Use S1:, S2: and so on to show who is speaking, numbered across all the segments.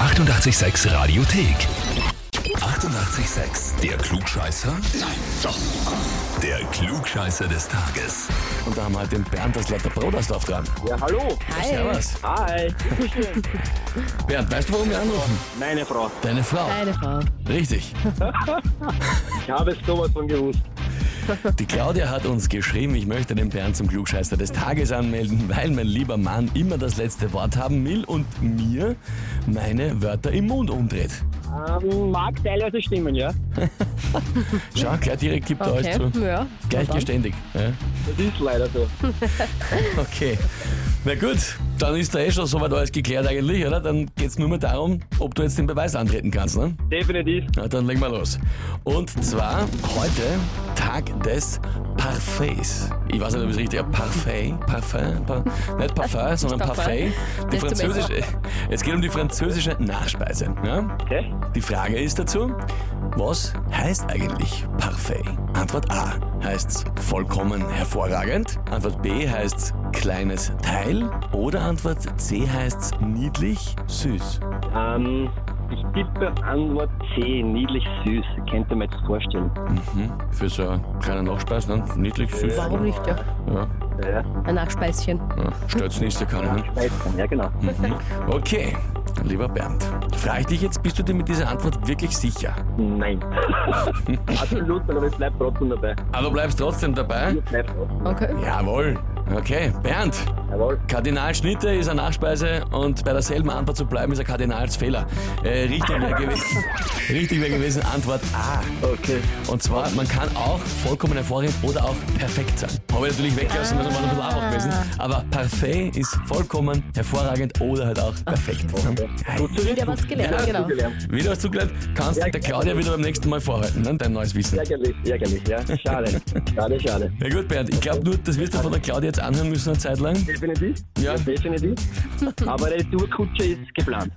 S1: 886 Radiothek. 88,6. Der Klugscheißer? Nein, doch. Der Klugscheißer des Tages.
S2: Und da haben wir halt den Bernd aus Lauterbrodersdorf dran.
S3: Ja, hallo.
S4: Hi,
S2: Servus.
S3: Hi.
S2: Bernd, weißt du, warum wir anrufen?
S3: Meine Frau.
S2: Deine Frau.
S4: deine Frau.
S2: Richtig.
S3: Ich habe es sowas von gewusst.
S2: Die Claudia hat uns geschrieben, ich möchte den Bernd zum Klugscheißer des Tages anmelden, weil mein lieber Mann immer das letzte Wort haben will und mir meine Wörter im Mund umdreht.
S3: Ähm, mag teilweise stimmen, ja.
S2: Schau, gleich direkt gibt er
S4: Okay,
S2: alles zu.
S4: ja.
S2: Gleich
S4: na dann.
S2: geständig. Ja?
S3: Das ist leider so.
S2: Okay. Na gut, dann ist da eh schon soweit alles geklärt eigentlich, oder? Dann geht's nur mehr darum, ob du jetzt den Beweis antreten kannst, ne?
S3: Definitiv.
S2: Na, dann legen wir los. Und zwar heute Tag des Parfaits. Ich weiß nicht, ob ich es richtig habe. Parfait? Parfum? Par nicht Parfum, sondern Parfait.
S4: Parfum.
S2: Die
S4: Das zum
S2: französische, es geht um die französische Nachspeise. Ja?
S3: Okay?
S2: Die Frage ist dazu, was heißt eigentlich Parfait? Antwort A heißt vollkommen hervorragend. Antwort B heißt kleines Teil. Oder Antwort C heißt niedlich süß.
S3: Ähm, ich tippe Antwort C, niedlich süß. Könnte man jetzt vorstellen.
S2: Mhm. Für so eine kleine Nachspeise, ne? niedlich süß.
S4: Warum nicht, ja?
S2: Ja.
S3: Ja,
S4: Ein Nachspeischen.
S2: Ja, Stört's nicht, so kann ich.
S3: Weizen, ja genau.
S2: Okay, lieber Bernd, frage ich dich jetzt, bist du dir mit dieser Antwort wirklich sicher?
S3: Nein. Absolut, aber es bleibt trotzdem dabei.
S2: Aber du bleibst trotzdem dabei?
S3: Es bleibt trotzdem.
S4: Okay.
S2: Jawohl. Okay, Bernd,
S3: Jawohl.
S2: Kardinalschnitte ist eine Nachspeise und bei derselben Antwort zu bleiben ist ein Kardinalsfehler. Äh, richtig wäre gewesen, richtig wäre gewesen Antwort A.
S3: Okay.
S2: Und zwar, man kann auch vollkommen hervorragend oder auch perfekt sein. Habe ich natürlich weggelassen, weil es war noch ein bisschen einfach gewesen. Aber Parfait ist vollkommen hervorragend oder halt auch perfekt.
S3: Gut zu
S4: Wieder was gelernt,
S3: Ja,
S4: genau.
S3: gut gelernt.
S2: Wieder hast du gelernt, kannst
S3: Ja,
S2: der Claudia wieder beim nächsten Mal vorhalten, ne? dein neues Wissen.
S3: Ärgerlich, ärgerlich, ja. Schade. Schade, schade.
S2: Na gut, Bernd, ich glaube nur, das wirst du von der Claudia jetzt anhören müssen eine Zeit lang.
S3: Definitiv?
S2: Ja.
S3: Definitiv. Aber die Tourkutsche ist geplant.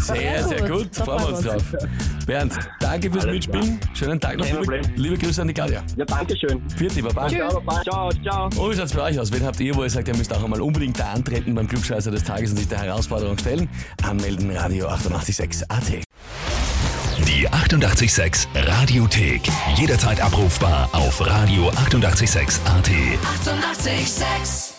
S2: Sehr,
S4: Ja,
S2: sehr
S4: gut,
S2: gut,
S4: da
S2: freuen wir uns
S4: freuen
S2: drauf. Bernd, danke fürs
S3: Alles klar.
S2: Mitspielen, schönen Tag noch,
S3: Kein
S2: liebe,
S3: Problem.
S2: liebe Grüße an die Claudia.
S3: Ja, danke schön.
S2: Viert, lieber Baba.
S4: Tschüss.
S3: Ciao, Baba. ciao, ciao.
S2: Und wie schaut's bei euch aus? Wen habt ihr, wo ihr sagt, ihr müsst auch einmal unbedingt da antreten beim Glücksscheißer des Tages und sich der Herausforderung stellen? Anmelden, Radio 886 AT.
S1: Die 88,6 Radiothek. Jederzeit abrufbar auf radio886.at. 88,6.
S5: Eighty-eight, sex.